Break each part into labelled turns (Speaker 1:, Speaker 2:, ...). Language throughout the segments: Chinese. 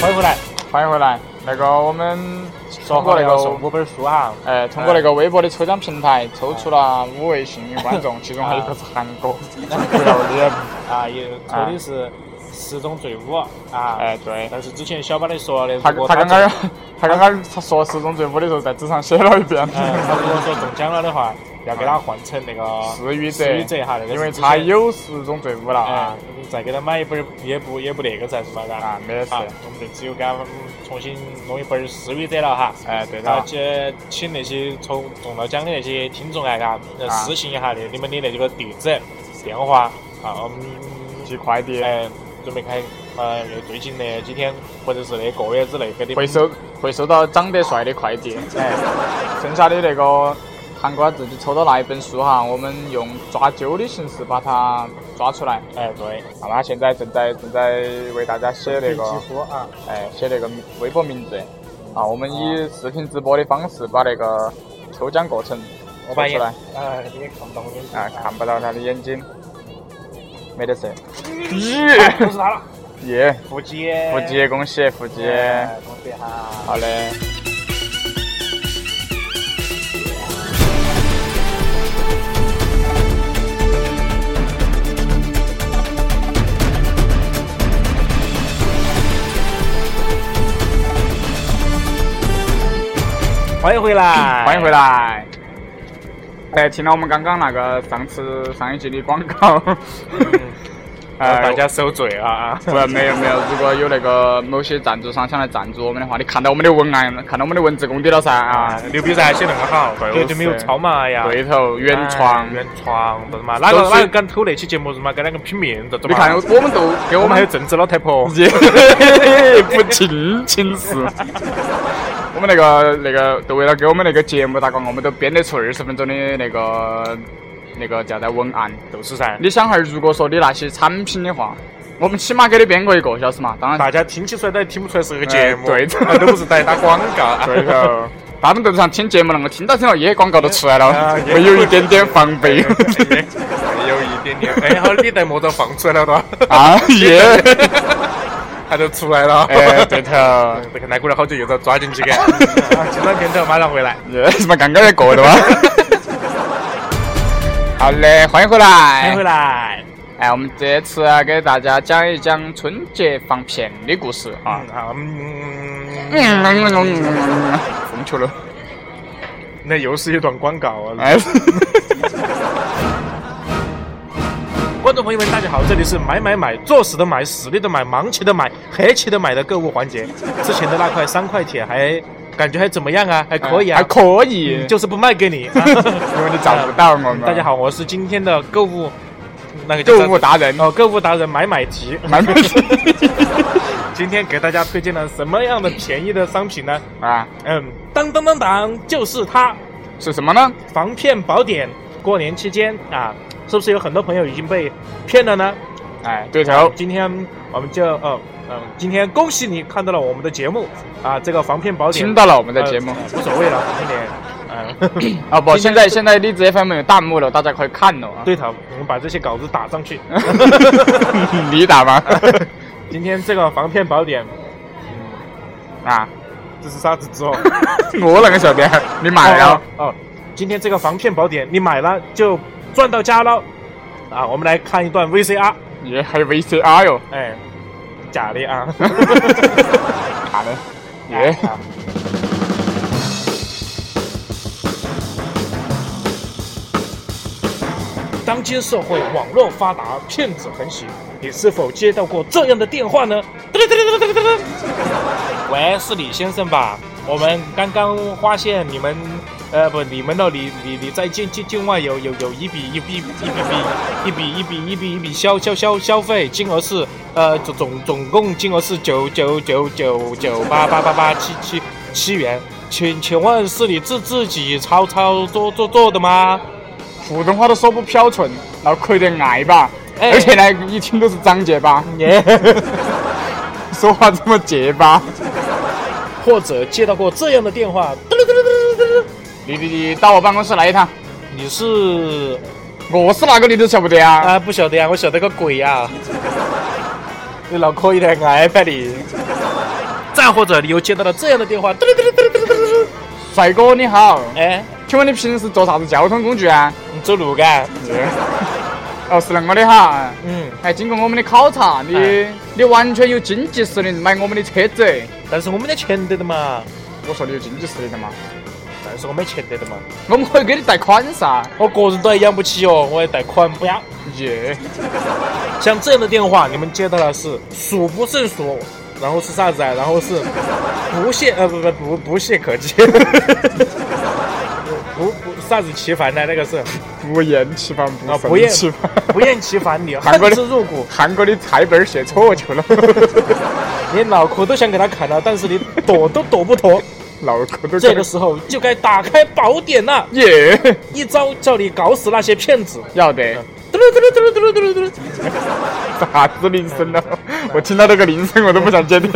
Speaker 1: 欢迎回来。
Speaker 2: 欢迎回来。那个我们
Speaker 1: 通
Speaker 2: 通
Speaker 1: 过
Speaker 2: 过
Speaker 1: 那
Speaker 2: 那
Speaker 1: 个
Speaker 2: 个
Speaker 1: 送我本儿书啊哈，
Speaker 2: 哎，通过那个微博的抽奖平台抽出了五位幸运观众，其中还有一个是韩 哥，不要脸。
Speaker 1: 啊，也抽的是十中最五啊。
Speaker 2: 哎，对，
Speaker 1: 但是之前小巴的说的，
Speaker 2: 他
Speaker 1: 如果
Speaker 2: 他刚
Speaker 1: 中
Speaker 2: 刚 他刚刚他说十中最五的时候，在纸上写了一遍。
Speaker 1: 呃，他如果说中奖了的话，要给他换成那个
Speaker 2: 失语
Speaker 1: 失语者哈，那个
Speaker 2: 因为
Speaker 1: 是
Speaker 2: 他有十中最五了
Speaker 1: 哎
Speaker 2: 啊。，
Speaker 1: 再给他买一本儿也不也不那个噻，是吧？嘎
Speaker 2: 啊没得事
Speaker 1: 啊我们就只有给他嗯重新弄一本儿失语者了哈。
Speaker 2: 哎，对
Speaker 1: 然后
Speaker 2: 的，
Speaker 1: 去请那些抽中了奖的那些听众啊，嘎，呃
Speaker 2: 啊
Speaker 1: 私信一下那你们的那个地址、电话啊，我们
Speaker 2: 寄快递，
Speaker 1: 哎准备开呃最近那几天或者是那个月之内给你们
Speaker 2: 会收会收到长得帅的快递。哎，剩下的那个韩哥自己抽到那一本书哈，我们用抓阄的形式把它抓出来。
Speaker 1: 哎对，
Speaker 2: 妈妈现在正在正在为大家写那个
Speaker 1: 皮肤啊，
Speaker 2: 哎写那个微博名字啊，我们以视频直播的方式把那个抽奖过程
Speaker 1: 我
Speaker 2: 说
Speaker 1: 把眼
Speaker 2: 出来
Speaker 1: 啊你也看不到我眼睛
Speaker 2: 啊，看不到他的眼睛，没得事。
Speaker 1: 不 是他了，
Speaker 2: 耶，
Speaker 1: 腹肌
Speaker 2: 腹肌恭喜腹肌，
Speaker 1: 哎恭喜哈。
Speaker 2: 好嘞。
Speaker 1: 欢迎回来，
Speaker 2: 欢迎回来。哎，听了我们刚刚那个上次上一集的广告，
Speaker 1: 呃，
Speaker 2: 呃，
Speaker 1: 大家受罪啊啊！
Speaker 2: 不没有没有，如果有那个某些赞助商想来赞助我们的话，你看到我们的文案，看到我们的文字功底了噻啊
Speaker 1: 啊，，牛逼噻，写那么好，
Speaker 2: 对
Speaker 1: 绝对没有抄嘛哎呀。
Speaker 2: 对头原创
Speaker 1: 哎。原创，都是嘛，哪个
Speaker 2: 都是
Speaker 1: 哪个敢偷那期节目是嘛，跟那个拼命这种
Speaker 2: 你
Speaker 1: 嘛。
Speaker 2: 看，我们都 给
Speaker 1: 我
Speaker 2: 我
Speaker 1: 们
Speaker 2: 们
Speaker 1: 还有政治老太婆，
Speaker 2: 也不近亲事。 我们那个那个，都为了给我们那个节目打广告，我们都编得出二十分钟的那个那个叫啥文案。
Speaker 1: 就是噻。
Speaker 2: 你想哈，如果说你那些产品的话，我们起码给你编过一个小时嘛，当然
Speaker 1: 大家听起出来都听不出来是个节目，
Speaker 2: 哎对的
Speaker 1: 啊都不是在打广告。
Speaker 2: 对头。他们都不上听节目了，我听到听到，耶，广告都出来了
Speaker 1: 啊，也
Speaker 2: 没有一点点防备
Speaker 1: 哎有一点点。哎，好，你在莫着放出来了 都，
Speaker 2: 啊，耶，
Speaker 1: 他就出来了。
Speaker 2: 哎，对头，
Speaker 1: 这个那过了好久又遭抓进去 的，啊今天片头马上回来。
Speaker 2: 耶，什么刚刚才过的吗？好嘞，欢迎回来，
Speaker 1: 欢迎回来。
Speaker 2: 哎，我们这次啊，给大家讲一讲春节防骗的故事啊。
Speaker 1: 啊，嗯，
Speaker 2: 风球了，
Speaker 1: 那又是一段广告啊。
Speaker 2: 哎，
Speaker 1: 观众朋友们，大家好，这里是买买买，做死的买，死的的买，忙起的买，黑起的买的购物环节。之前的那块三块铁还感觉还怎么样啊？还可以啊，
Speaker 2: 哎还可以，
Speaker 1: 就是不卖给 你。啊
Speaker 2: 因为你找不到我们。
Speaker 1: 大家，好，我是今天的购物那个叫
Speaker 2: 购
Speaker 1: 啥
Speaker 2: 物达人，
Speaker 1: 哦，购物达人买买提。
Speaker 2: 买买
Speaker 1: 今天给大家推荐了什么样的便宜的商品呢？
Speaker 2: 啊，
Speaker 1: 嗯，当当当当，就是它，
Speaker 2: 是什么呢？
Speaker 1: 防骗宝典。过年期间啊，是不是有很多朋友已经被骗了呢？
Speaker 2: 哎，对头，
Speaker 1: 今天我们就呃嗯、今天恭喜你看到了我们的节目啊，这个防骗宝典
Speaker 2: 听到了我们的节目
Speaker 1: 呃无所谓了，防骗点，嗯、
Speaker 2: 啊，不，现在现在荔枝 FM 有弹幕了，大家可以看了啊。
Speaker 1: 对头，我们把这些稿子打上去。
Speaker 2: 你 打吗？
Speaker 1: 今天这个防骗宝典，
Speaker 2: 啊，
Speaker 1: 这是啥子字哦？
Speaker 2: 我那个小编，你买了
Speaker 1: 哦？哦哦，今天这个防骗宝典你买了就赚到家了啊！我们来看一段 VCR，
Speaker 2: 也还有 VCR 哟，
Speaker 1: 哎，假的啊！
Speaker 2: 咋的？耶，
Speaker 1: 啊当今社会网络发达，骗子横行，你是否接到过这样的电话呢？噔噔噔噔噔噔噔噔喂，是李先生吧？我们刚刚发现你们，呃，不，你们那里，你你在境境境外有有有一笔一笔一笔一笔一笔一笔一笔消消消消费金额是，呃，总总总共金额是九九九九九八八八八七七七元，请请问是你自自己操操作做做的吗？
Speaker 2: 普通话都说不标准，脑壳有点矮吧？
Speaker 1: 哎
Speaker 2: 而且呢，一听都是张结巴，
Speaker 1: 耶、
Speaker 2: 说话这么结巴。
Speaker 1: 或者接到过这样的电话，嘟噜嘟噜嘟噜嘟噜
Speaker 2: 你你你到我办公室来一趟，
Speaker 1: 你是
Speaker 2: 我是哪个你都晓不得啊？
Speaker 1: 啊？不晓得呀，我晓得个鬼呀、你脑壳有点矮吧你？再或者你又接到了这样的电话，嘟嘟嘟嘟嘟嘟嘟嘟嘟，
Speaker 2: 帅哥你好，
Speaker 1: 哎，
Speaker 2: 请问你平时坐啥子交通工具啊？
Speaker 1: 你走路干？
Speaker 2: 哦，是恁个的哈。
Speaker 1: 嗯，
Speaker 2: 哎，经过我们的考察，你、
Speaker 1: 哎
Speaker 2: 你完全有经济实力买我们的车子。
Speaker 1: 但是我没得钱得的嘛，
Speaker 2: 我说你有经济实力的嘛，
Speaker 1: 但是我没钱得的嘛，
Speaker 2: 我们可以给你贷款噻。
Speaker 1: 我个人都还养不起哦，我还贷款不要。
Speaker 2: 耶、
Speaker 1: 像这样的电话，你们接到的是数不胜数，然后是啥子啊？然后是不屑呃不不不不屑可击，不不啥子其烦呢？那个是
Speaker 2: 不厌其烦，
Speaker 1: 啊
Speaker 2: 不
Speaker 1: 不厌
Speaker 2: 胜其烦。
Speaker 1: 不厌其烦，你
Speaker 2: 韩
Speaker 1: 恨
Speaker 2: 国的
Speaker 1: 之入骨，
Speaker 2: 韩国的菜辈儿写错球 了，
Speaker 1: 你脑壳都想给他砍了，但是你躲都躲不脱。
Speaker 2: 脑壳都
Speaker 1: 这个时候就该打开宝典了，
Speaker 2: 耶
Speaker 1: 一招叫你搞死那些骗子。
Speaker 2: 要得，
Speaker 1: 嘟噜嘟噜嘟噜嘟噜嘟噜嘟噜。
Speaker 2: 啥子铃声了？我听到这个铃声我都不想接电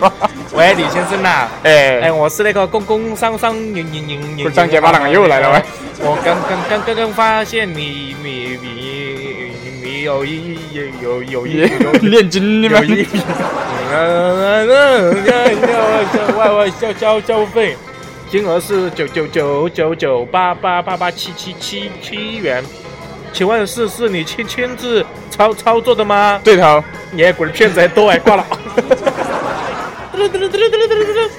Speaker 2: 话。
Speaker 1: 喂，李先生呐、哎，
Speaker 2: 哎，
Speaker 1: 我是那个工工商商牛牛牛牛。
Speaker 2: 张结巴那个又来了喂！
Speaker 1: 我刚刚刚刚刚发现你你你你有一有有有一
Speaker 2: 耶
Speaker 1: 有，一
Speaker 2: 念经你
Speaker 1: 有
Speaker 2: 们
Speaker 1: 一，嗯嗯嗯，外外消消消费，金额是九九九九九八八八八七七七七元。 请问是是你亲亲自操操作的吗？
Speaker 2: 对头，
Speaker 1: 你还滚骗子还多还挂了。嘟噜嘟噜嘟噜嘟噜嘟噜嘟噜，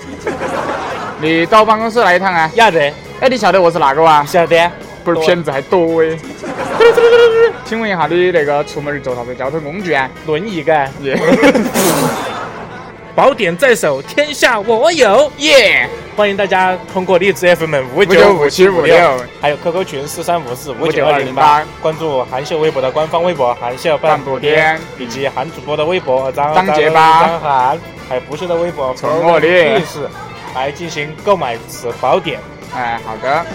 Speaker 2: 你到办公室来一趟啊！
Speaker 1: 亚人
Speaker 2: 哎，你晓得我是哪个哇？
Speaker 1: 晓得？
Speaker 2: 不是骗子还多 哎！
Speaker 1: 嘟噜嘟噜嘟噜嘟噜。
Speaker 2: 请问一下，你那个出门坐啥子交通工具啊？
Speaker 1: 轮椅盖，
Speaker 2: 耶
Speaker 1: 宝典在手，天下我有。
Speaker 2: 耶，
Speaker 1: 欢迎大家通过荔枝 FM 五
Speaker 2: 五九
Speaker 1: 九
Speaker 2: 五七五六，
Speaker 1: 还有 QQ 群四三五四五九二零八
Speaker 2: 59208，
Speaker 1: 关注韩秀微博的官方微博“韩秀半步颠
Speaker 2: 半步”，
Speaker 1: 以及韩主播的微博张
Speaker 2: 张结巴
Speaker 1: 张韩，还有不是的微博
Speaker 2: 陈茉莉
Speaker 1: 意识，来进行购买此宝典。
Speaker 2: 哎，好的。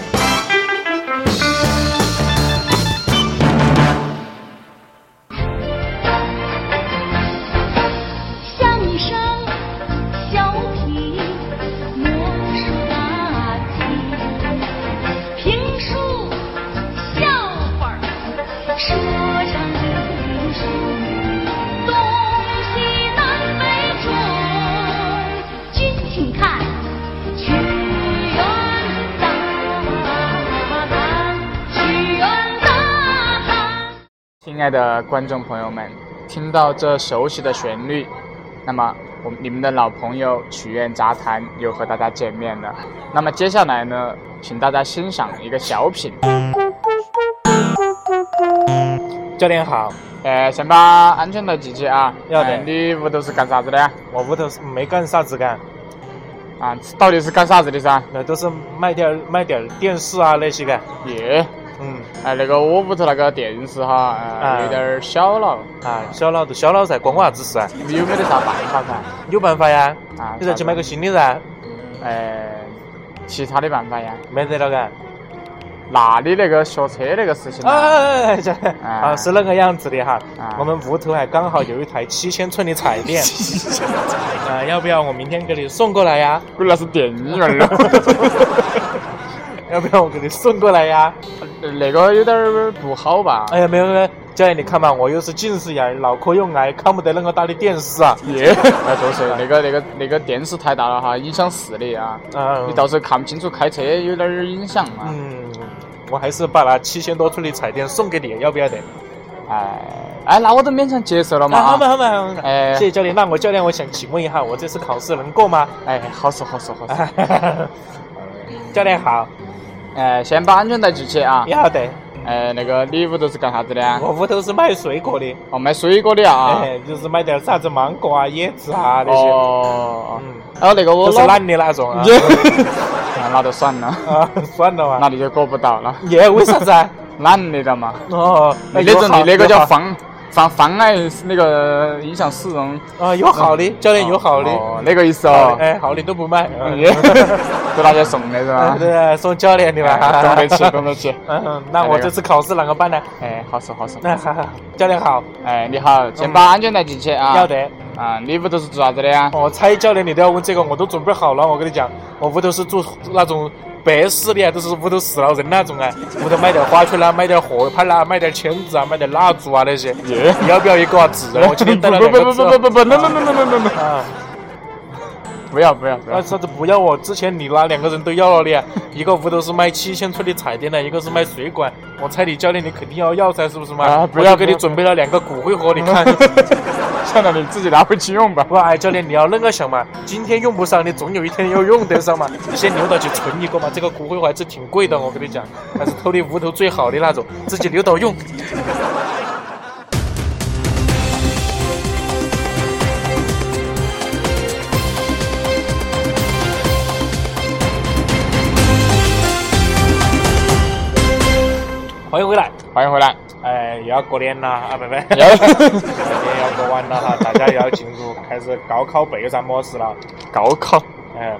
Speaker 3: 像一声小提莫说大提，评书笑话儿说唱艺术，东西南北中，君请看屈原大唐，屈原大唐。
Speaker 2: 亲爱的观众朋友们，听到这熟悉的旋律，那么我们你们的老朋友曲苑杂谈又和大家见面了。那么接下来呢，请大家欣赏一个小品。
Speaker 1: 教练好，
Speaker 2: 呃，先把安全带系起啊。
Speaker 1: 要得
Speaker 2: 呃你屋头是干啥子的？
Speaker 1: 我屋头是没干啥子干，
Speaker 2: 啊，到底是干啥子的噻？
Speaker 1: 那都是卖点儿卖点儿电视啊那些的。
Speaker 2: 耶，
Speaker 1: 嗯，
Speaker 2: 哎，那个我屋头那个电视哈，
Speaker 1: 啊
Speaker 2: 呃，有点儿小了，
Speaker 1: 啊，小老子小老噻，关我啥子事啊？
Speaker 2: 你有没得啥办法噻？
Speaker 1: 有办法呀，
Speaker 2: 啊
Speaker 1: 你再去买个新的噻，
Speaker 2: 呃，其他的办法呀？
Speaker 1: 没得了嘎。
Speaker 2: 那你那个学车那个事情呢？
Speaker 1: 啊，这啊
Speaker 2: 啊
Speaker 1: 是那个样子的哈
Speaker 2: 啊。
Speaker 1: 我们屋头还刚好有一台七千寸的彩电， 啊，要不要我明天给你送过来 呀？
Speaker 2: 我那是电影 院了。
Speaker 1: 要不要我给你送过来呀？
Speaker 2: 那个有点儿不好 吧？
Speaker 1: 哎呀，没有没有，教练你看嘛，我又是近视眼，脑壳又矮，看不得那么大的电视啊。
Speaker 2: 耶，哎，就是那个那个那个电视太大了哈，影响视力啊。
Speaker 1: 嗯
Speaker 2: 你，到时候看不清楚，开车有点儿影响嘛。
Speaker 1: 嗯，我还是把那七千多寸的彩电送给你，要不要得？
Speaker 2: 哎哎，那我都勉强接受了嘛。
Speaker 1: 啊，好嘛好嘛好嘛。
Speaker 2: 哎
Speaker 1: 谢谢教练。那我教练，我想请问一下，我这次考试能过 吗？
Speaker 2: 哎，好说好说好
Speaker 1: 啊
Speaker 2: 说。
Speaker 1: 教练好，
Speaker 2: 哎，先把安全带系起啊。
Speaker 1: 要得。
Speaker 2: 哎，那个你屋头是干啥子的？啊
Speaker 1: 我屋头是卖水果的，
Speaker 2: 哦，卖水果的
Speaker 1: 哦
Speaker 2: 啊。
Speaker 1: 哎，就是买点啥子芒果啊、椰子啊那些，
Speaker 2: 哦。
Speaker 1: 嗯，
Speaker 2: 然后那个我
Speaker 1: 都是
Speaker 2: 老
Speaker 1: 烂的那种 啊。
Speaker 2: 耶哎那就算了，
Speaker 1: 啊，算了
Speaker 2: 那
Speaker 1: 嘛。
Speaker 2: 你就过不到了。
Speaker 1: 耶，为 啥子啊？
Speaker 2: 懒的了嘛。
Speaker 1: 哦，
Speaker 2: 你那
Speaker 1: 有
Speaker 2: 种
Speaker 1: 好
Speaker 2: 你那个
Speaker 1: 有
Speaker 2: 叫
Speaker 1: 好
Speaker 2: 妨妨妨碍那个影响市容。
Speaker 1: 啊，有好的，教练有好的，
Speaker 2: 哦，那个意思
Speaker 1: 好的
Speaker 2: 嗯哦。
Speaker 1: 哎，好的都不卖。嗯
Speaker 2: 耶，给大家送的是吧？
Speaker 1: 哎 对，送教练的嘛，
Speaker 2: 哎懂得起，懂得起。
Speaker 1: 嗯，那我这次考试啷个办呢？
Speaker 2: 哎，好说好说。
Speaker 1: 那哈哈，教练好，
Speaker 2: 哎，你好，先把安全带系起啊。
Speaker 1: 要。得。
Speaker 2: 啊，你屋头是做啥子的呀？
Speaker 1: 我猜哦教练你都要问这个，我都准备好了。我跟你讲，我屋头是住那种白事的啊，都是屋头死了人那种啊。屋头买点花圈啦，买点火拍啦，买点签字啊，买点蜡烛啊那些。
Speaker 2: 耶
Speaker 1: 你要不要一个啊纸啊？我今天带了
Speaker 2: 不
Speaker 1: 两
Speaker 2: 不
Speaker 1: 个
Speaker 2: 不
Speaker 1: 纸
Speaker 2: 不
Speaker 1: 啊
Speaker 2: 不不不，no no no no no no。
Speaker 1: 啊，
Speaker 2: 不要不要不
Speaker 1: 那
Speaker 2: 要，
Speaker 1: 啥子不要哦？之前你那两个人都要了的，一个屋头是卖七仙出的彩电的，一个是卖水管。我猜你教练你肯定要要噻，是不是嘛？
Speaker 2: 啊不要
Speaker 1: 我就给
Speaker 2: 不
Speaker 1: 你
Speaker 2: 要
Speaker 1: 准备了两个骨灰盒，你看。
Speaker 2: 算了，你自己拿回去用吧。
Speaker 1: 不，哎，教练你要那个想嘛，今天用不上，你总有一天要用得上嘛。你先留到去存一个嘛，这个骨灰盒还是挺贵的，我跟你讲，还是偷你屋头最好的那种， 自己留到用。欢迎回来，
Speaker 2: 欢迎回来。
Speaker 1: 哎，又要过年了啊，拜拜。
Speaker 2: 然后
Speaker 1: 也要过完了哈，大家也要进入开始高考备战模式了。
Speaker 2: 高考
Speaker 1: 嗯，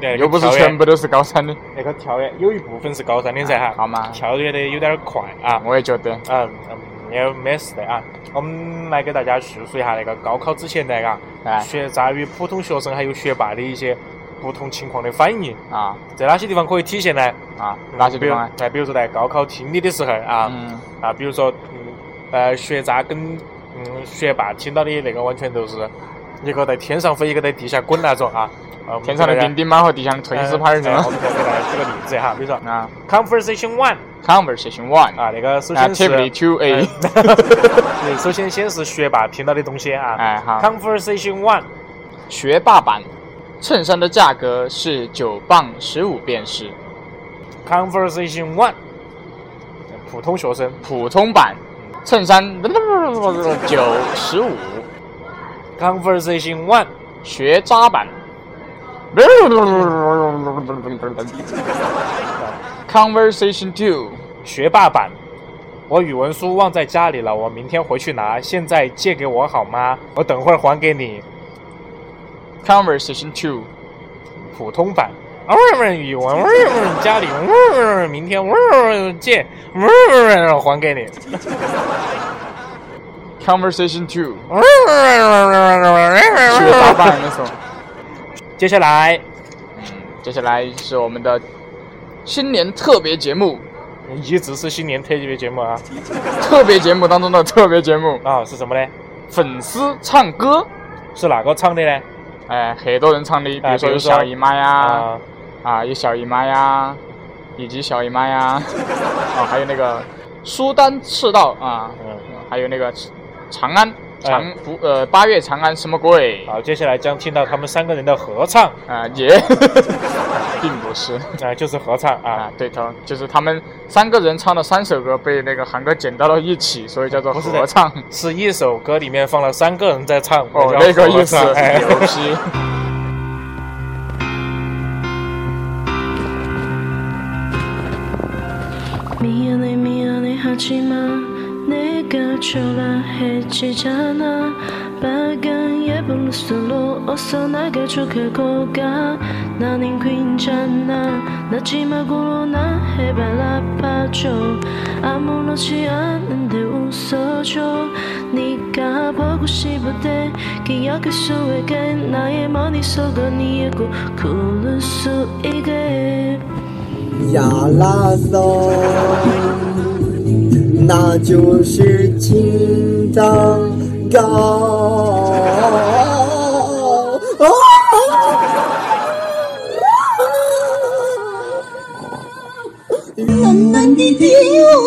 Speaker 1: 那个
Speaker 2: 又不是
Speaker 1: 跳跃
Speaker 2: 全部都是高三的，
Speaker 1: 那个跳跃有一部分是高三的噻哈，
Speaker 2: 好嘛
Speaker 1: 跳跃的有点快啊，
Speaker 2: 我也觉得
Speaker 1: 嗯嗯，也没事的啊。我们来给大家叙述一下那个高考之前的啊，
Speaker 2: 哎
Speaker 1: 学渣与普通学生还有学霸的一些不同情况的反应，
Speaker 2: 啊
Speaker 1: 在哪些地方可以体现呢？
Speaker 2: 啊，哪些地方啊？
Speaker 1: 哎，比如说在高考听力的时候啊，
Speaker 2: 嗯，
Speaker 1: 啊，比如说，嗯，呃，学渣跟嗯学霸听到的那个完全都是一个在天上飞，一个在地下滚那种啊。呃，
Speaker 2: 天上的钉钉猫和地上的
Speaker 1: 我
Speaker 2: 锤
Speaker 1: 们
Speaker 2: 子
Speaker 1: 再给大家
Speaker 2: 拍是
Speaker 1: 呃哎哎我
Speaker 2: 吗？
Speaker 1: 们再给大家举个例子哈，比如 说
Speaker 2: 啊
Speaker 1: conversation one
Speaker 2: ，Conversation One
Speaker 1: 啊，那个首
Speaker 2: 啊
Speaker 1: 先是
Speaker 2: ，Table Two A，
Speaker 1: 对，首先先是学霸听到的东西啊
Speaker 2: 哎好，
Speaker 1: ，conversation one
Speaker 2: 学霸版，衬衫的价格是九磅十五便士，
Speaker 1: conversation one，普通学生
Speaker 2: 普通版衬衫 九十五，
Speaker 1: conversation one
Speaker 2: 学渣 版。Conversation Two，
Speaker 1: 学霸版。我语文书忘在家里了，我明天回去拿。现在借给我好吗？我等会儿还给你。
Speaker 2: Conversation Two，
Speaker 1: 普通版。语文，家里，明天借，还给你。
Speaker 2: Conversation Two，学渣版那种。
Speaker 1: 接下来
Speaker 2: 嗯，接下来是我们的新年特别节目，
Speaker 1: 一直是新年特别节目啊
Speaker 2: 特别节目当中的特别节目，
Speaker 1: 啊是什么呢？
Speaker 2: 粉丝唱歌，
Speaker 1: 是哪个唱的呢？
Speaker 2: 哎，很多人唱的，比
Speaker 1: 啊
Speaker 2: 如说
Speaker 1: 比
Speaker 2: 有
Speaker 1: 如说
Speaker 2: 小姨妈呀，
Speaker 1: 啊，
Speaker 2: 啊，有小姨妈呀，以及小姨 妈呀，啊，还有那个苏丹赤道啊，
Speaker 1: 嗯，
Speaker 2: 还有那个长安
Speaker 1: 哎
Speaker 2: 长不呃八月长安什么鬼
Speaker 1: 好，接下来将听到他们三个人的合唱
Speaker 2: 啊也， 并不是。
Speaker 1: 啊，就是合唱啊
Speaker 2: 啊，，对头，就是他们三个人唱的三首歌被那个韩哥剪到了一起，所以叫做
Speaker 1: 不是的
Speaker 2: 合唱。
Speaker 1: 是一首歌里面放了三个人在唱，
Speaker 2: 哦，
Speaker 1: 叫
Speaker 2: 那个
Speaker 1: 合
Speaker 2: 意思，
Speaker 1: 唱哎
Speaker 2: 牛批。
Speaker 4: 미안해 미안해 하지만 내가 초라해지잖아 빨간 예쁜 립스로 어서나게 죽을 거가 나는 괜찮아 나 지막으로 나 해발 아파줘 아무렇지 않은데 웃어줘 네가 보고 싶을 때 기억할 수 있게 나의 머릿속을 네의 고 구울 수 있게
Speaker 5: 亚拉松，那就是青藏高。啊蓝蓝的天空，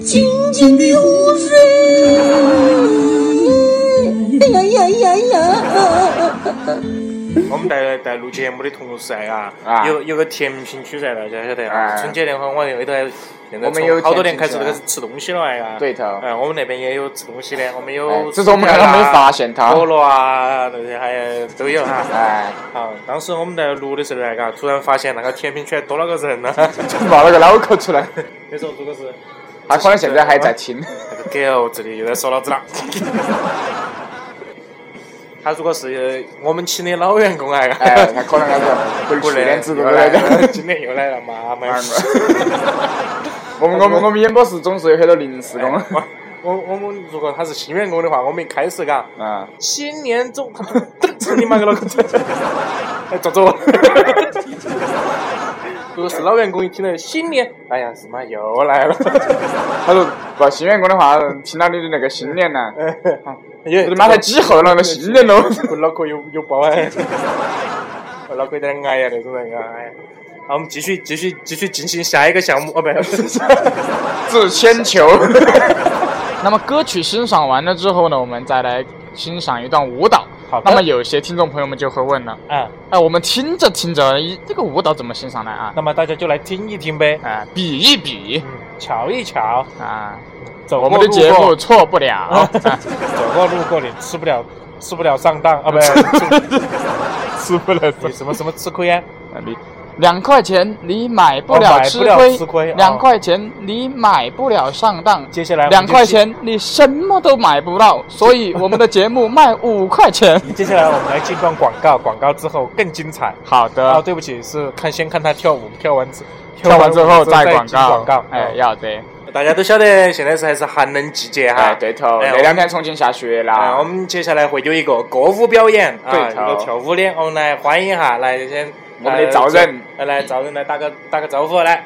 Speaker 5: 静静的湖水，哎呀呀呀呀！
Speaker 1: 我们在在录节目的同时啊，
Speaker 2: 啊
Speaker 1: 有有个甜品区噻，大家晓得啊。
Speaker 2: 哎
Speaker 1: 春节那会儿，我那头还现在
Speaker 2: 我们有
Speaker 1: 从好多年
Speaker 2: 甜品
Speaker 1: 开始都
Speaker 2: 区
Speaker 1: 开
Speaker 2: 啊
Speaker 1: 始吃东西了哎。
Speaker 2: 对头
Speaker 1: 哎，我们那边也有吃东西的，我们
Speaker 2: 哎
Speaker 1: 有。啊
Speaker 2: 这是我们刚刚没发现它
Speaker 1: 菠萝啊，那些还有都有哈。
Speaker 2: 哎，
Speaker 1: 啊，当时我们在录的时候哎，嘎，突然发现那个甜品区还多了个人 呢。
Speaker 2: 就冒了个脑壳出 来。
Speaker 1: 你说如果是
Speaker 2: 他可能现在还在听。
Speaker 1: 那个狗这里又在说老子了。 他如果是呃我们请的老员工哎，
Speaker 2: 哎，他可能还在回去年子
Speaker 1: 又
Speaker 2: 过来
Speaker 1: 了，
Speaker 2: 的。
Speaker 1: 今天又来了，妈妈。
Speaker 2: 我们我们我们演播室总是有很多临时工。
Speaker 1: 我我我们如果他是新员工的话，我们一开始嘎，
Speaker 2: 啊，
Speaker 1: 新年 总，操你妈个脑壳，哎，抓住我！ 如果 slogan 公益听了新年，哎呀，什么又来了？
Speaker 2: 他说搞新员工的话，听到你的那个新年呢，
Speaker 1: 有
Speaker 2: 我他妈才几号了，那新 年喽。
Speaker 1: 我脑壳有有包哎，我脑壳有点矮呀那种人啊。哎好，我们继续继续继续进行下一个项目哦，不是，
Speaker 2: 致铅 球。那么歌曲欣赏完了之后呢，我们再来欣赏一段舞蹈。
Speaker 1: 好的
Speaker 2: 那么有些听众朋友们就会问了，
Speaker 1: 啊，
Speaker 2: 哎，我们听着听着，咦这个舞蹈怎么欣赏呢啊？
Speaker 1: 那么大家就来听一听呗，
Speaker 2: 啊，比一比
Speaker 1: 嗯，瞧一瞧，
Speaker 2: 啊，
Speaker 1: 走
Speaker 2: 我
Speaker 1: 过
Speaker 2: 们的
Speaker 1: 路
Speaker 2: 节
Speaker 1: 过
Speaker 2: 目错不了。
Speaker 1: 啊
Speaker 2: 啊，
Speaker 1: 走过路过你吃不了吃不了上当啊， 不是，
Speaker 2: 吃不了
Speaker 1: 你什么什么吃亏啊？
Speaker 2: 你两块钱你买不
Speaker 1: 哦买
Speaker 2: 了
Speaker 1: 不
Speaker 2: 吃
Speaker 1: 了
Speaker 2: 亏，
Speaker 1: 吃亏哦
Speaker 2: 两块钱你买不了上当，
Speaker 1: 接下来我们
Speaker 2: 两
Speaker 1: 就
Speaker 2: 块
Speaker 1: 进
Speaker 2: 钱你什么都买不到，所以我们的节目卖五块钱。
Speaker 1: 接下来我们来进段广告，广告之后更精彩。
Speaker 2: 好的，
Speaker 1: 啊，对不起，是看先看他跳舞，跳完之
Speaker 2: 跳完之后
Speaker 1: 再
Speaker 2: 再广
Speaker 1: 进广告。
Speaker 2: 哎，
Speaker 1: 嗯
Speaker 2: 要得，
Speaker 1: 大家都晓得现在是还是寒冷季节哈。
Speaker 2: 哎，对头，
Speaker 1: 哎
Speaker 2: 那两天重庆下雪
Speaker 1: 啊，我
Speaker 2: 了，
Speaker 1: 们接下来会有一个歌舞表演
Speaker 2: 对
Speaker 1: 啊，一
Speaker 2: 头
Speaker 1: 个跳舞的，我们来欢迎一下，来先
Speaker 2: 我们的赵人，
Speaker 1: 呃来赵人来打个打个招呼啊来。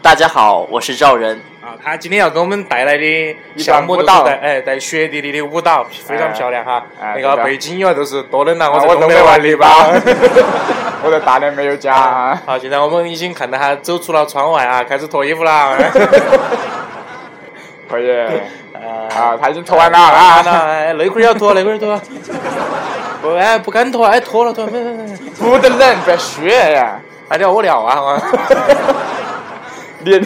Speaker 6: 大家好，我是赵人。
Speaker 1: 啊，他今天要给我们带来的
Speaker 2: 一段
Speaker 1: 项目
Speaker 2: 舞
Speaker 1: 都是
Speaker 2: 蹈
Speaker 1: 在哎在雪地里的舞蹈，非常
Speaker 2: 哎
Speaker 1: 漂亮哈。
Speaker 2: 哎
Speaker 1: 那
Speaker 2: 对
Speaker 1: 个
Speaker 2: 的
Speaker 1: 背景音乐都是多冷啊，
Speaker 2: 啊
Speaker 1: 在
Speaker 2: 我
Speaker 1: 东
Speaker 2: 东北
Speaker 1: 北
Speaker 2: 外
Speaker 1: 玩
Speaker 2: 地
Speaker 1: 的
Speaker 2: 吧
Speaker 1: 吧。
Speaker 2: 我在大连没有家啊。
Speaker 1: 好，现在我们已经看到他走出了窗外啊，开始脱衣服了。
Speaker 2: 可以
Speaker 1: 啊
Speaker 2: 哎啊，他已经脱完了
Speaker 1: 啊，那
Speaker 2: 啊，
Speaker 1: 哎内裤也要脱，内裤也脱。 不，哎，不敢脱，哎，脱了脱，不不不，
Speaker 2: 不得冷，不要学呀，
Speaker 1: 哎，聊我聊啊。
Speaker 2: 你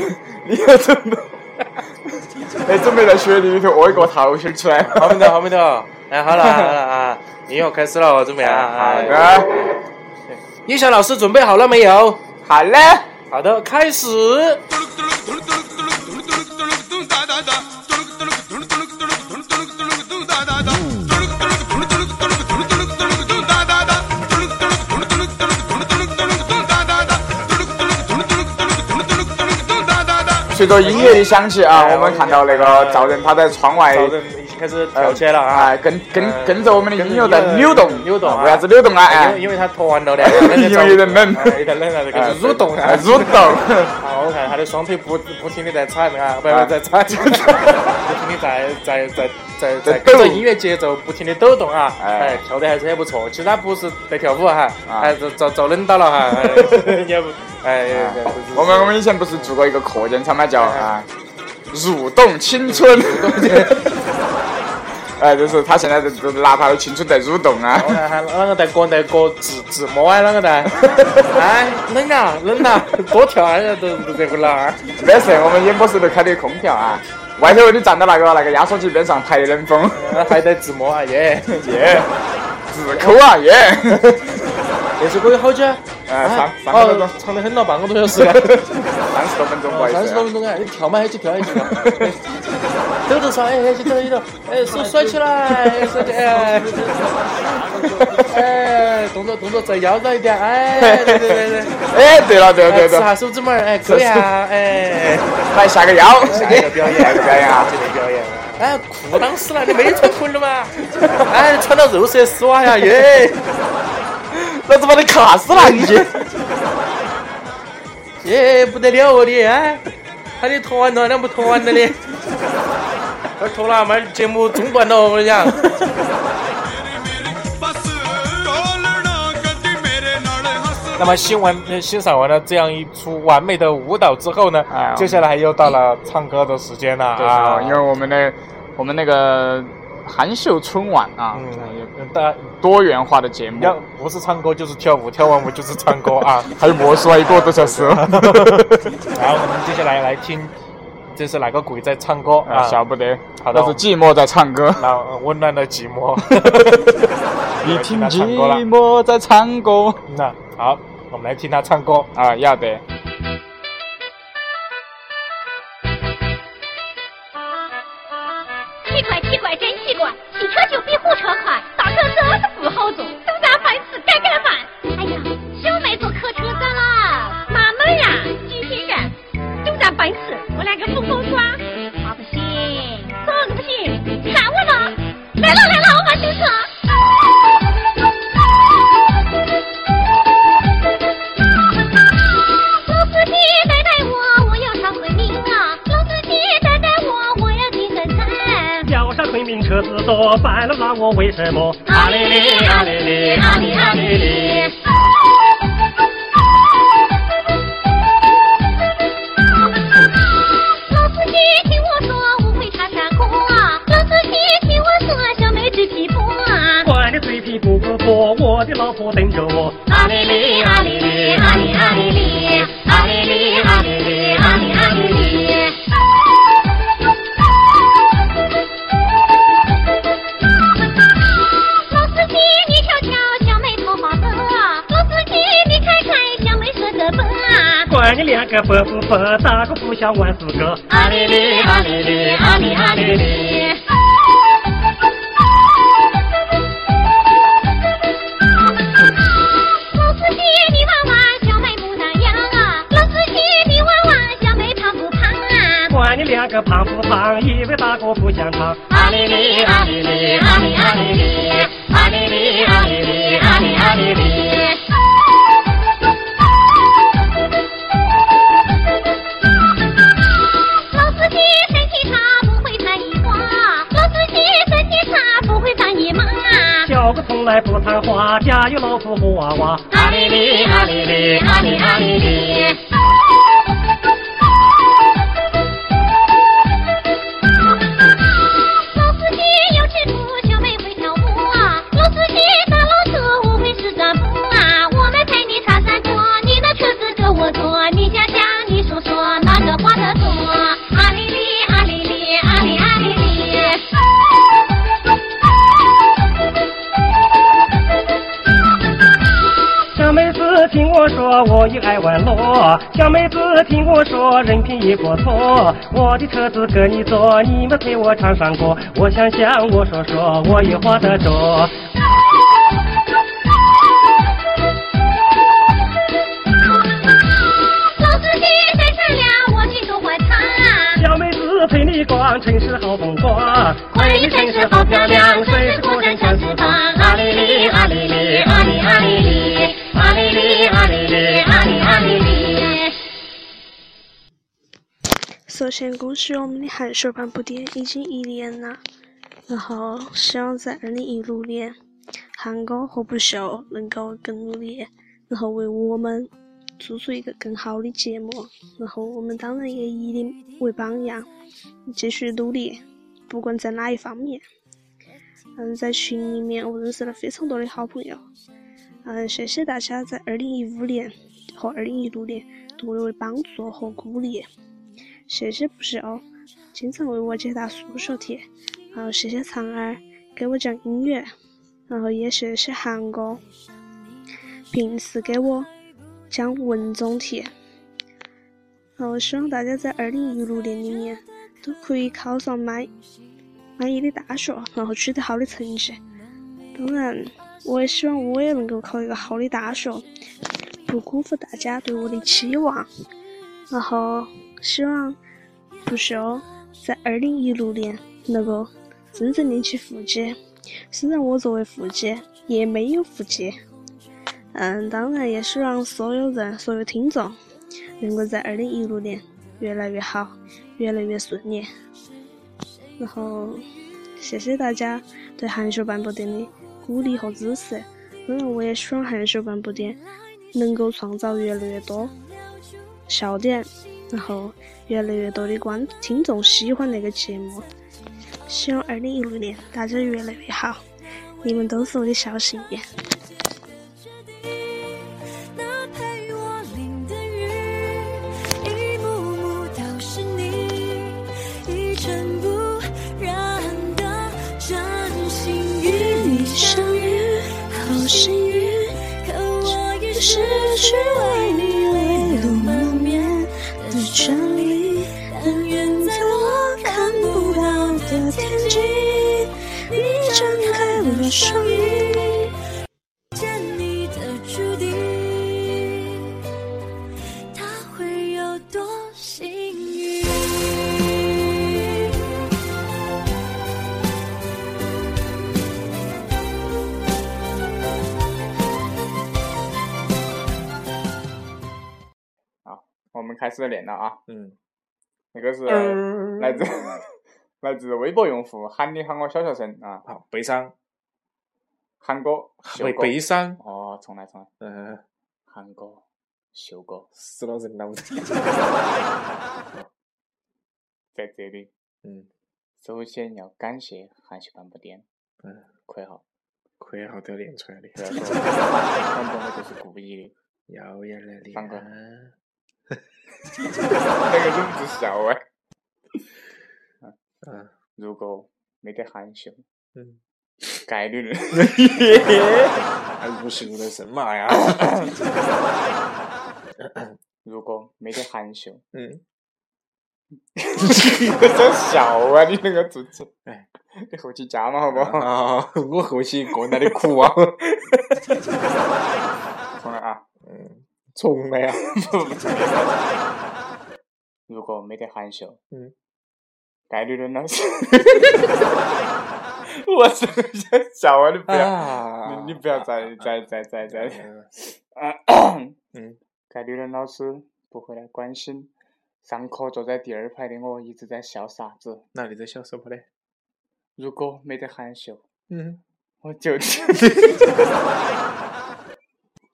Speaker 2: 你要准备，哎，准备在雪地里头屙一个桃心儿出来。
Speaker 1: 好没得，好没得。哎，好了好了啊，音乐开始了，怎么样？
Speaker 2: 好
Speaker 1: 啊，
Speaker 2: 的，
Speaker 1: 音响老师准备好了没有？
Speaker 2: 好嘞，
Speaker 1: 好的，开始。
Speaker 2: 随着音乐的响起啊，
Speaker 1: 哎
Speaker 2: 我们看到那个赵人他在窗外
Speaker 1: 早晨已经开始跳起来了啊
Speaker 2: 哎，！跟跟
Speaker 1: 呃
Speaker 2: 跟着我们的
Speaker 1: 跟着
Speaker 2: 音乐在扭动
Speaker 1: 扭动啊
Speaker 2: 为啥子扭动啊？
Speaker 1: 因
Speaker 2: 哎
Speaker 1: 为，因为他脱完了的，
Speaker 2: 因为有点冷
Speaker 1: 哎有点冷了，就开
Speaker 2: 哎
Speaker 1: 始蠕动啊
Speaker 2: 哎，蠕动。
Speaker 1: 好，我看他的双腿不不停的在踩啊，不
Speaker 2: 啊
Speaker 1: 不在踩，不停的在在在在在
Speaker 2: 在
Speaker 1: 跟
Speaker 2: 抖
Speaker 1: 着音乐节奏不停的抖动啊，
Speaker 2: 哎
Speaker 1: 哎，跳的还是很不错。其实他不是在跳舞哈，
Speaker 2: 啊
Speaker 1: 还是遭遭冷到了哈，哎也不哎，
Speaker 2: 啊
Speaker 1: 这这这
Speaker 2: 我们我们以前不是做过一个课件操吗？叫啊，蠕动青春。 哎，就是他现在就拿他的青春在蠕动啊
Speaker 1: 我！看他啷个在割在割自自摸啊，啷个在？哎，冷啊冷啊，多跳啊，都都热乎了啊！
Speaker 2: 没事，我们演播室都开的空调啊，外头你站到那个那个压缩机边上排的冷风，
Speaker 1: 还在自摸啊耶！
Speaker 2: 耶，自抠啊耶！
Speaker 1: 这首歌有好久啊？
Speaker 2: 哎
Speaker 1: 啊
Speaker 2: 三三分钟
Speaker 1: 哦长得很了，半个多小时了。
Speaker 2: 三十多分钟不好意
Speaker 1: 三十多
Speaker 2: 思
Speaker 1: 分钟啊！你跳嘛，还去跳，还去跳，抖抖耍，哎，还去抖一抖，哎，手甩起来，手起来，哎，动作动作再腰绕一点，哎，对对对对，
Speaker 2: 啊。哎，对了对了
Speaker 1: 哎，
Speaker 2: 对
Speaker 1: 吃
Speaker 2: 了，
Speaker 1: 下手指拇儿，哎，可以啊，哎，
Speaker 2: 来下个腰，
Speaker 1: 下一个表演，
Speaker 2: 下一个表演啊！
Speaker 1: 这个表演。哎，裤裆湿了，你没穿裤子吗？哎，穿到肉色丝袜呀，耶！
Speaker 2: 老子把你卡死了已经。
Speaker 1: 耶，不得了哦你，哎，他的脱完了，那不脱完了的，他脱了，妈节目中断了，我跟你讲。那么欣完呃欣赏完了这样一出完美的舞蹈之后呢，
Speaker 2: 哎呀
Speaker 1: 接下来又到了唱歌的时间了
Speaker 2: 啊，
Speaker 1: 啊！
Speaker 2: 因为我们的我们那个韩秀春晚啊，
Speaker 1: 嗯，大家
Speaker 2: 多元化的节目，
Speaker 1: 要不是唱歌就是跳舞，跳完舞就是唱歌啊！
Speaker 2: 还有魔术啊，一个多 小时。
Speaker 1: 然后我们接下来来听，这是哪个鬼在唱歌
Speaker 2: 啊，
Speaker 1: 啊？
Speaker 2: 晓不得，
Speaker 1: 好的
Speaker 2: 那是寂寞在唱歌。
Speaker 1: 那呃温暖的寂寞。
Speaker 2: 你听
Speaker 1: 他
Speaker 2: 寂
Speaker 1: 唱歌了。
Speaker 2: 寞在唱歌
Speaker 1: 那好，我们来听他唱歌。
Speaker 2: 啊，要得。
Speaker 3: 气管气管真气管，洗车就必护车款，打车责是不好做，都咱凡事该该满。哎呀，又没坐客车的啦，纳闷呀，居心人，都咱本事，我来个风风抓，他不信，怎么不信？看我呢，来了来了，我马上车。啊
Speaker 7: 昆明车子多，白了拉我为什么？
Speaker 3: 阿里里阿里里阿里阿里里。老司机，听我说，五会唱山歌啊！老司机，听我说，小妹子皮薄啊！
Speaker 7: 我的嘴皮不够薄，我的老婆等着我。
Speaker 3: 阿里里阿里里阿里阿里里阿里里阿里里阿里阿里里。老司机，你瞧瞧小妹头发白啊！老司机，你看看小妹是个笨啊！
Speaker 7: 管你两个伯不伯，打个不想玩四个。
Speaker 3: 阿里里阿里里阿里阿里里。老司机，你玩玩小妹不那样啊！老司机，你玩玩小妹胖不胖啊？
Speaker 7: 管你两个胖不胖，以为大哥不想唱。
Speaker 3: 阿里里阿里里阿里阿里里阿里里阿里里阿里阿里里。老司机身体差不会穿衣花，老司机身体差不会穿衣帽啊。
Speaker 7: 小个从来不贪花，家有老婆和娃娃。
Speaker 3: 阿里里阿里里阿里阿里里。老司机有吃苦，小妹会跳舞啊！老司机打老鼠，我会是个步啊！我们陪你唱山歌，你的车子跟我坐，你想想，你说说，哪个花得多？阿里里阿里里阿里阿里里。
Speaker 7: 小妹子听我说，我也爱玩乐。小妹子听我说，人品也不错。我的车子跟你坐，你们陪我唱唱歌。我想想，我说说，我也花得着。
Speaker 3: 老司机真善良，我去都欢唱啊！
Speaker 7: 小妹子陪你逛城市好风光，
Speaker 3: 欢迎城市好漂亮，真是古城小翅膀。阿里里阿里里阿里阿里里阿里里阿里里阿里阿里里。
Speaker 4: 首先恭喜我们的韩秀半部店已经一年了，然后希望在二零一六年，韩国和不秀能够更努力，然后为我们做出一个更好的节目，然后我们当然也以你为榜样，继续努力，不管在哪一方面。嗯，在群里面我认识了非常多的好朋友，嗯，谢谢大家在二零一五年和二零一六年对我的帮助和鼓励。谢谢不是哦，经常为我解答数学题，然后谢谢长儿给我讲音乐，然后也谢谢韩哥平时给我讲文综题。然后希望大家在二零一六年里面都可以考上满满意的大学，然后取得好的成绩。当然，我也希望我也能够考一个好的大学，不辜负大家对我的期望。然后希望不朽在二零一六年能够真正练起腹肌。虽然我作为腹肌也没有腹肌，嗯，当然也希望所有人、所有听众能够在二零一六年越来越好，越来越顺利。然后，谢谢大家对韩秀半步店的鼓励和支持。当然，我也希望韩秀半步店能够创造越来越多笑点，然后越来越多的观听众喜欢那个节目。希望二零一六年大家越来越好，你们都是我的小心眼。
Speaker 8: 那陪我淋的雨，一幕幕都是你，一尘不染的真心与你相遇，好幸运。可我已失去为你泪流满面的权利，但愿在我看不到的天际，你张开了双翼。见你的注定，他会有多幸运？
Speaker 2: 我们开始连了啊，
Speaker 1: 嗯，
Speaker 2: 那个是
Speaker 1: 呃
Speaker 2: 嗯 来自来自微博用户喊你喊我小学生啊，
Speaker 1: 好，悲伤，
Speaker 2: 喊哥，秀
Speaker 1: 悲
Speaker 2: 哥
Speaker 1: 悲伤，
Speaker 2: 哦，重来重来，
Speaker 1: 嗯、
Speaker 2: 喊哥，秀哥，
Speaker 1: 死了人了，我天
Speaker 2: 在这里，
Speaker 1: 嗯，
Speaker 2: 首先要感谢韩系帆布店，
Speaker 1: 嗯，
Speaker 2: 括号，
Speaker 1: 亏好都要练出来的，
Speaker 2: 不要说，反正我就是故意的，
Speaker 1: 遥远的脸
Speaker 2: 翻过来
Speaker 1: 啊，
Speaker 2: 那个忍不住笑哎。
Speaker 1: 嗯
Speaker 2: 如果没得含羞，
Speaker 1: 嗯，哎
Speaker 2: 概率呢？ 哎
Speaker 1: 还不是我的神马呀，
Speaker 2: 如果没得含羞，
Speaker 1: 嗯，
Speaker 2: 你在笑啊！你那个自己，
Speaker 1: 哎，
Speaker 2: 你后期加嘛，好不好？
Speaker 1: 啊，我后期一个人在那里哭 啊，
Speaker 2: 重来啊！
Speaker 1: 嗯，从来啊，
Speaker 2: 如果没得含羞，
Speaker 1: 嗯，
Speaker 2: 概率论呢？我真的想笑啊！你不要，
Speaker 1: 啊
Speaker 2: 你你不要再再再再再，
Speaker 1: 嗯，
Speaker 2: 啊 概率论老师不回来关心。上课坐在第二排的我一直在笑啥子？
Speaker 1: 那你在笑什么呢？
Speaker 2: 如果没得含羞，
Speaker 1: 嗯，
Speaker 2: 我就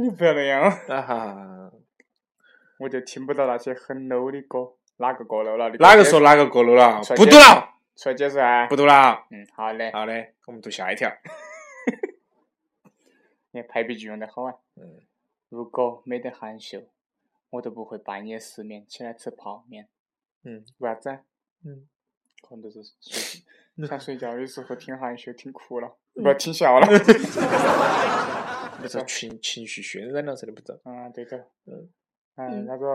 Speaker 2: 你不要那样啊，
Speaker 1: 啊哈，
Speaker 2: 我就听不到那些很 low 的歌。哪个过 low 了？你
Speaker 1: 哪个
Speaker 2: 快
Speaker 1: 说哪个过路了？
Speaker 2: 出来
Speaker 1: 不
Speaker 2: 解
Speaker 1: 读了，
Speaker 2: 出来解释啊？
Speaker 1: 不读了。
Speaker 2: 嗯，好嘞。
Speaker 1: 好嘞，我们读下一条。
Speaker 2: 你看排比句用得好啊。
Speaker 1: 嗯。
Speaker 2: 如果没得含羞，我都不会半夜失眠起来吃泡面。
Speaker 1: 嗯，
Speaker 2: 为啥子啊？
Speaker 1: 嗯，
Speaker 2: 可能就是 睡想睡觉的时候听含羞听哭了，
Speaker 1: 嗯
Speaker 2: 不听 笑了。
Speaker 1: 不
Speaker 2: 啊
Speaker 1: 是情情绪渲染了噻，你不知道？
Speaker 2: 嗯，对头。
Speaker 1: 嗯。
Speaker 2: 嗯，那个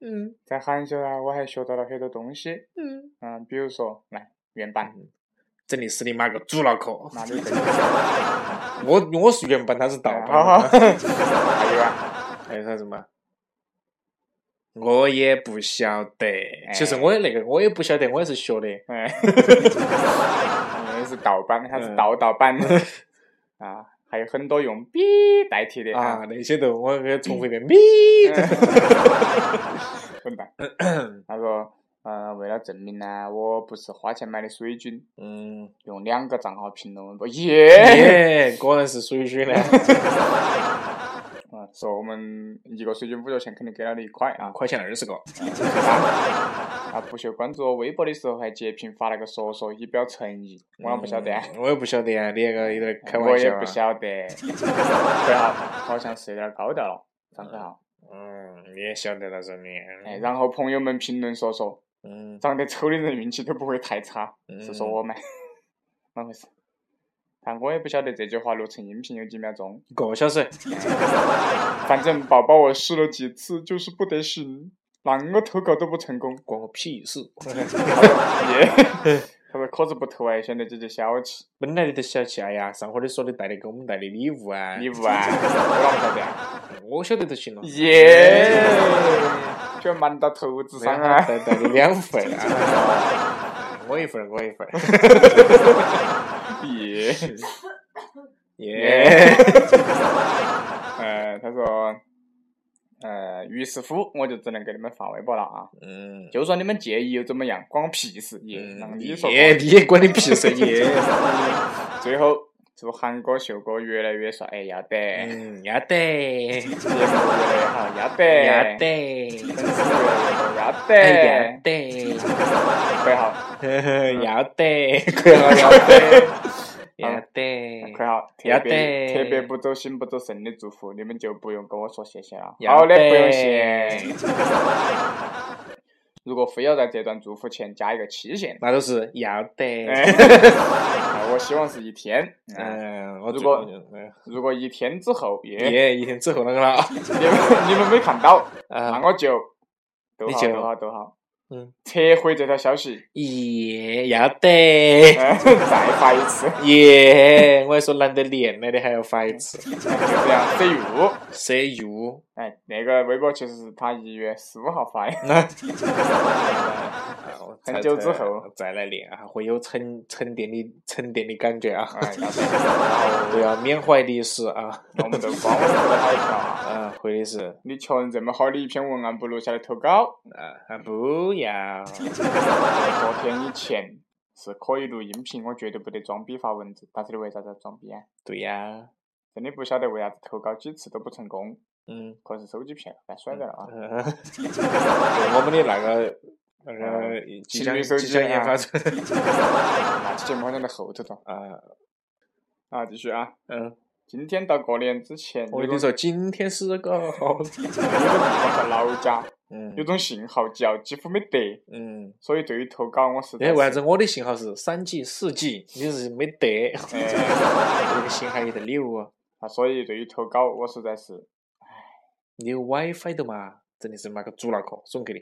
Speaker 1: 嗯
Speaker 2: 在含羞啊，我还学到了很多东西。
Speaker 1: 嗯，
Speaker 2: 嗯，比如说，来原版，
Speaker 1: 整历史你妈个主脑壳！
Speaker 2: 那里更
Speaker 1: 我我是原版，他是盗版。
Speaker 2: 好啊好。 还有啊，
Speaker 1: 哎还有啥子嘛？我也不晓得，其
Speaker 2: 哎
Speaker 1: 实我也那个，我也不晓得，我也是学的。
Speaker 2: 嗯，因为是盗版，它是
Speaker 1: 嗯
Speaker 2: 盗盗版 啊，还有很多用“比”代替的
Speaker 1: 啊，
Speaker 2: 啊，
Speaker 1: 那些都我给重复一 遍，咪。
Speaker 2: 混蛋。 他说，嗯，为了证明呢，我不是花钱买的水军，
Speaker 1: 嗯，
Speaker 2: 用两个账号评论文博，耶，
Speaker 1: 耶，果哎然是水水呢。
Speaker 2: 啊，说我们一个水军五角钱肯定给了你一块啊
Speaker 1: 两，块钱二十个，
Speaker 2: 啊，不屑关注我微博的时候还截屏发了个说说，以表诚意，我啷不晓得啊？
Speaker 1: 嗯我也不晓得啊，你那个有点开
Speaker 2: 我
Speaker 1: 玩
Speaker 2: 也
Speaker 1: 笑啊
Speaker 2: 不。晓得，对号好像是有点高调了，张飞浩。
Speaker 1: 嗯，你也晓得了噻，你。
Speaker 2: 哎，然后朋友们评论说说，
Speaker 1: 嗯，
Speaker 2: 长得丑的人运气都不会太差，是说
Speaker 1: 嗯
Speaker 2: 我吗？啷回事？但我也不晓得这句话录成音频有几秒钟，
Speaker 1: 一个小时。
Speaker 2: 反正宝宝我试了几次就是不得行，啷个投稿都不成功。
Speaker 1: 关我屁事！
Speaker 2: 耶，他说可是不投哎，显得姐姐小气。
Speaker 1: 本来你都小气，哎呀，上回你说你带的给我们带的礼物啊，
Speaker 2: 你不啊？ 我啷个晓得啊？
Speaker 1: 我晓得就行了。
Speaker 2: 耶，居然瞒到头子 上
Speaker 1: 然后
Speaker 2: 啊！
Speaker 1: 带带的两份啊， 我一份儿，我一 份儿。
Speaker 2: 耶。
Speaker 1: 耶，
Speaker 2: 呃，他说，呃，于是乎我就只能给你们发微博了啊。
Speaker 1: 嗯，
Speaker 2: 就算你们介意又怎么样？关我屁事！也让你说
Speaker 1: 耶，
Speaker 2: 吧。
Speaker 1: 你嗯也关你屁事耶！
Speaker 2: 最后，祝韩哥、秀哥越来越帅！哎，要得，节
Speaker 1: 嗯，要得，
Speaker 2: 目越来越好，要得，
Speaker 1: 要，得，
Speaker 2: 粉丝越来越多，要
Speaker 1: 哎要
Speaker 2: 得，
Speaker 1: 得，
Speaker 2: 快 好，
Speaker 1: 要得，
Speaker 2: 快好，要得，
Speaker 1: 要得，
Speaker 2: 快好，
Speaker 1: 嗯
Speaker 2: 特
Speaker 1: 要
Speaker 2: 别
Speaker 1: 得
Speaker 2: 特别不走心不走肾的祝福，你们就不用跟我说谢谢了。
Speaker 1: 要
Speaker 2: 好的，
Speaker 1: 得
Speaker 2: 不用谢。 如果非要在这段祝福前加一个期限，
Speaker 1: 那都是要得。
Speaker 2: 哎那 我希望是一天。嗯，
Speaker 1: 嗯，我呃
Speaker 2: 如
Speaker 1: 最
Speaker 2: 果
Speaker 1: 嗯
Speaker 2: 如果一天之后也
Speaker 1: 耶，一天之后那个了，
Speaker 2: 你们你们没看到，那
Speaker 1: 啊，
Speaker 2: 我就逗
Speaker 1: 你
Speaker 2: 号
Speaker 1: 就
Speaker 2: 逗号逗号，
Speaker 1: 嗯，
Speaker 2: 撤回这条消息，
Speaker 1: 耶，要得，
Speaker 2: 呃 再发一次，
Speaker 1: 耶，我还说难得练来的还要发一次
Speaker 2: 就这样 see you。
Speaker 1: ，C U
Speaker 2: 哎，那个微博其实是他一月十五号发的。 哎
Speaker 1: 啊
Speaker 9: 我
Speaker 2: 哦很
Speaker 9: 猜
Speaker 2: 久
Speaker 9: 测
Speaker 2: 之后
Speaker 9: 再来练啊，会有沉沉淀的沉淀的感觉啊。
Speaker 2: 哎，那是
Speaker 9: 对啊，缅怀历史啊，
Speaker 2: 那我们就帮我说了他一条啊。
Speaker 9: 啊，或者是
Speaker 2: 你确认这么好的一篇文案不留下来投稿？
Speaker 9: 啊，啊不要，
Speaker 2: 昨天以前是可以录音频，我绝对不得装逼发文字。但是你为啥子要装逼啊？
Speaker 9: 对呀、
Speaker 2: 真的不晓得为啥子投稿几次都不成功，
Speaker 9: 嗯，
Speaker 2: 可是手机骗了，该甩掉了啊！
Speaker 9: 嗯我们的那个呃那个即
Speaker 2: 情
Speaker 9: 将
Speaker 2: 侣手
Speaker 9: 即
Speaker 2: 机
Speaker 9: 将研
Speaker 2: 啊
Speaker 9: 发出
Speaker 2: 那期节目好像在后头走
Speaker 9: 啊，
Speaker 2: 啊，继续啊！
Speaker 9: 嗯，
Speaker 2: 今天到过年之前，
Speaker 9: 我
Speaker 2: 有
Speaker 9: 跟
Speaker 2: 个
Speaker 9: 你说，今天是个好，
Speaker 2: 有个地方在老家，
Speaker 9: 嗯
Speaker 2: 有种信号叫几乎没得，
Speaker 9: 嗯。
Speaker 2: 所以对于投稿我实在
Speaker 9: 哎，为啥
Speaker 2: 是
Speaker 9: 子我的信号是三 G、四 G，你是没得？这个信号有点溜啊，
Speaker 2: 啊，所以对于投稿我实在是
Speaker 9: 你有 WiFi 的嘛？真的是买个猪脑壳，送给你。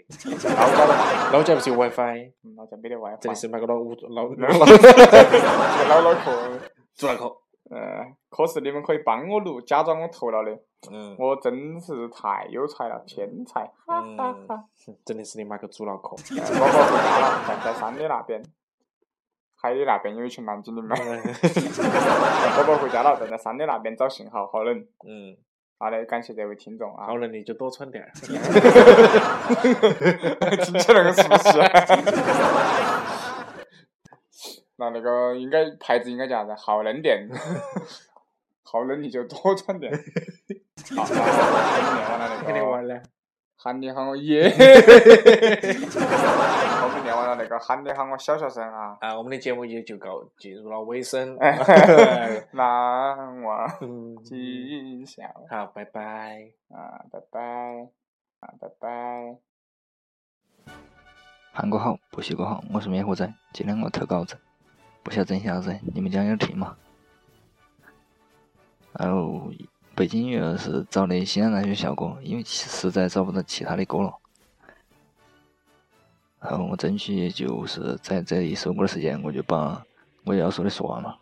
Speaker 2: 老家的嘛，
Speaker 9: 老家不是有 WiFi，
Speaker 2: 嗯老家没得
Speaker 9: 真的
Speaker 2: WiFi，
Speaker 9: 是买个老乌老
Speaker 2: 老
Speaker 9: 老
Speaker 2: 老脑壳。
Speaker 9: 猪脑壳。
Speaker 2: 呃，可是你们可以帮我录，假装我投了的，
Speaker 9: 嗯，
Speaker 2: 我真是太有才了，天才！哈 哈哈。
Speaker 9: 真的是你买个猪脑壳。
Speaker 2: 呃宝宝回家了，站在山的那边，海的那边有一群南京的妹。
Speaker 9: 嗯
Speaker 2: 宝宝回家了，站在山的那边找信号，好冷。
Speaker 9: 嗯，
Speaker 2: 好嘞，感谢这位听众啊
Speaker 9: 好，了，你就多穿 点儿。
Speaker 2: 听起来很熟悉。
Speaker 9: 啊
Speaker 2: 那那个应该牌子应该叫啥子？好冷点， 好冷你就多穿点。好，然后我念完了那
Speaker 9: 跟你
Speaker 2: 个。
Speaker 9: 玩呢？
Speaker 2: 喊你喊我爷，后面念完了那个喊你喊我小学生啊，
Speaker 9: 啊，我们的节目也就告进入了尾 声。
Speaker 2: 难忘
Speaker 9: 嗯，
Speaker 2: 今宵
Speaker 9: 好，拜拜。
Speaker 2: 啊，拜拜啊，拜拜。
Speaker 10: 韩国好，不习国好，我是灭火仔。今天我投稿子，不晓得真相噻，你们讲有题吗？然后背景音乐是找的西安大学校歌，因为其实在找不到其他的歌了。然后我争取就是在这一首歌的时间，我就把我要说的说完了。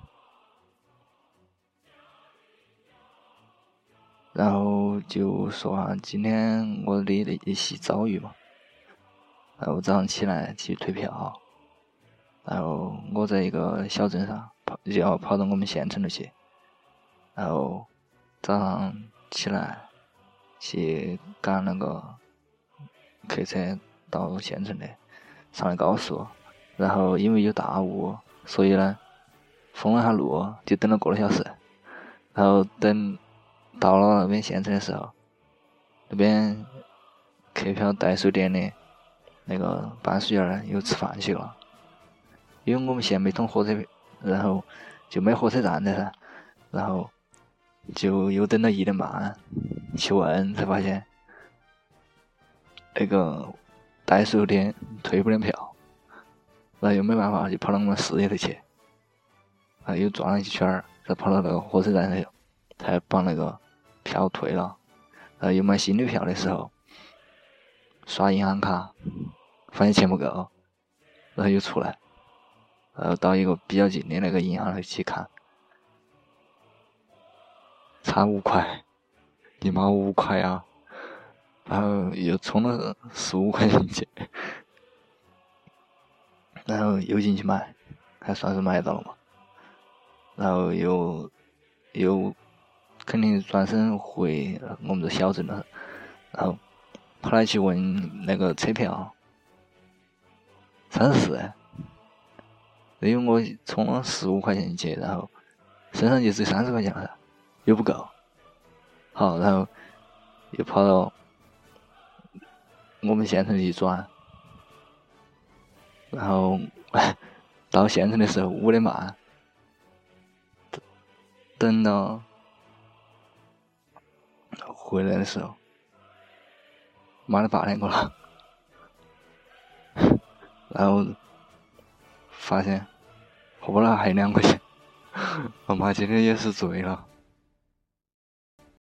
Speaker 10: 然后就说下今天我的那一些遭遇嘛。然后早上起来去退票，然后我在一个小镇上跑，就要跑到我们县城头去，然后早上起来去赶那个客车到县城的，上了高速，然后因为有大雾，所以呢封了下路，就等了个多小时，然后等到了那边县城的时候，那边客票代收点的。那个班书员呢又吃饭去了，因为我们县没通火车，然后就没火车站的噻，然后就又等到一点半，去问才发现那个代收点退不了票，然后又没办法就跑到我们市里头去，然后又转了一圈儿，再跑到那个火车站头，才把那个票退了，然后又买新的票的时候。刷银行卡，发现钱不够，然后又啊出来，然后到一个比较近的那个银行头去看，差五块，你妈五块啊！然后又充了十五块钱去，然后又进去买，还算是买到了嘛。然后又又肯定转身回我们这小镇了，然后后来去问那个车票，啊三十四，因为我充了十五块钱进去，然后身上就只有三十块钱了噻，又不够，好，然后又跑到我们县城去转，然后 到县城的时候五点半，等等到回来的时候。妈的八点过了，然后 发现荷包了还有两块钱，我妈今天也是醉了，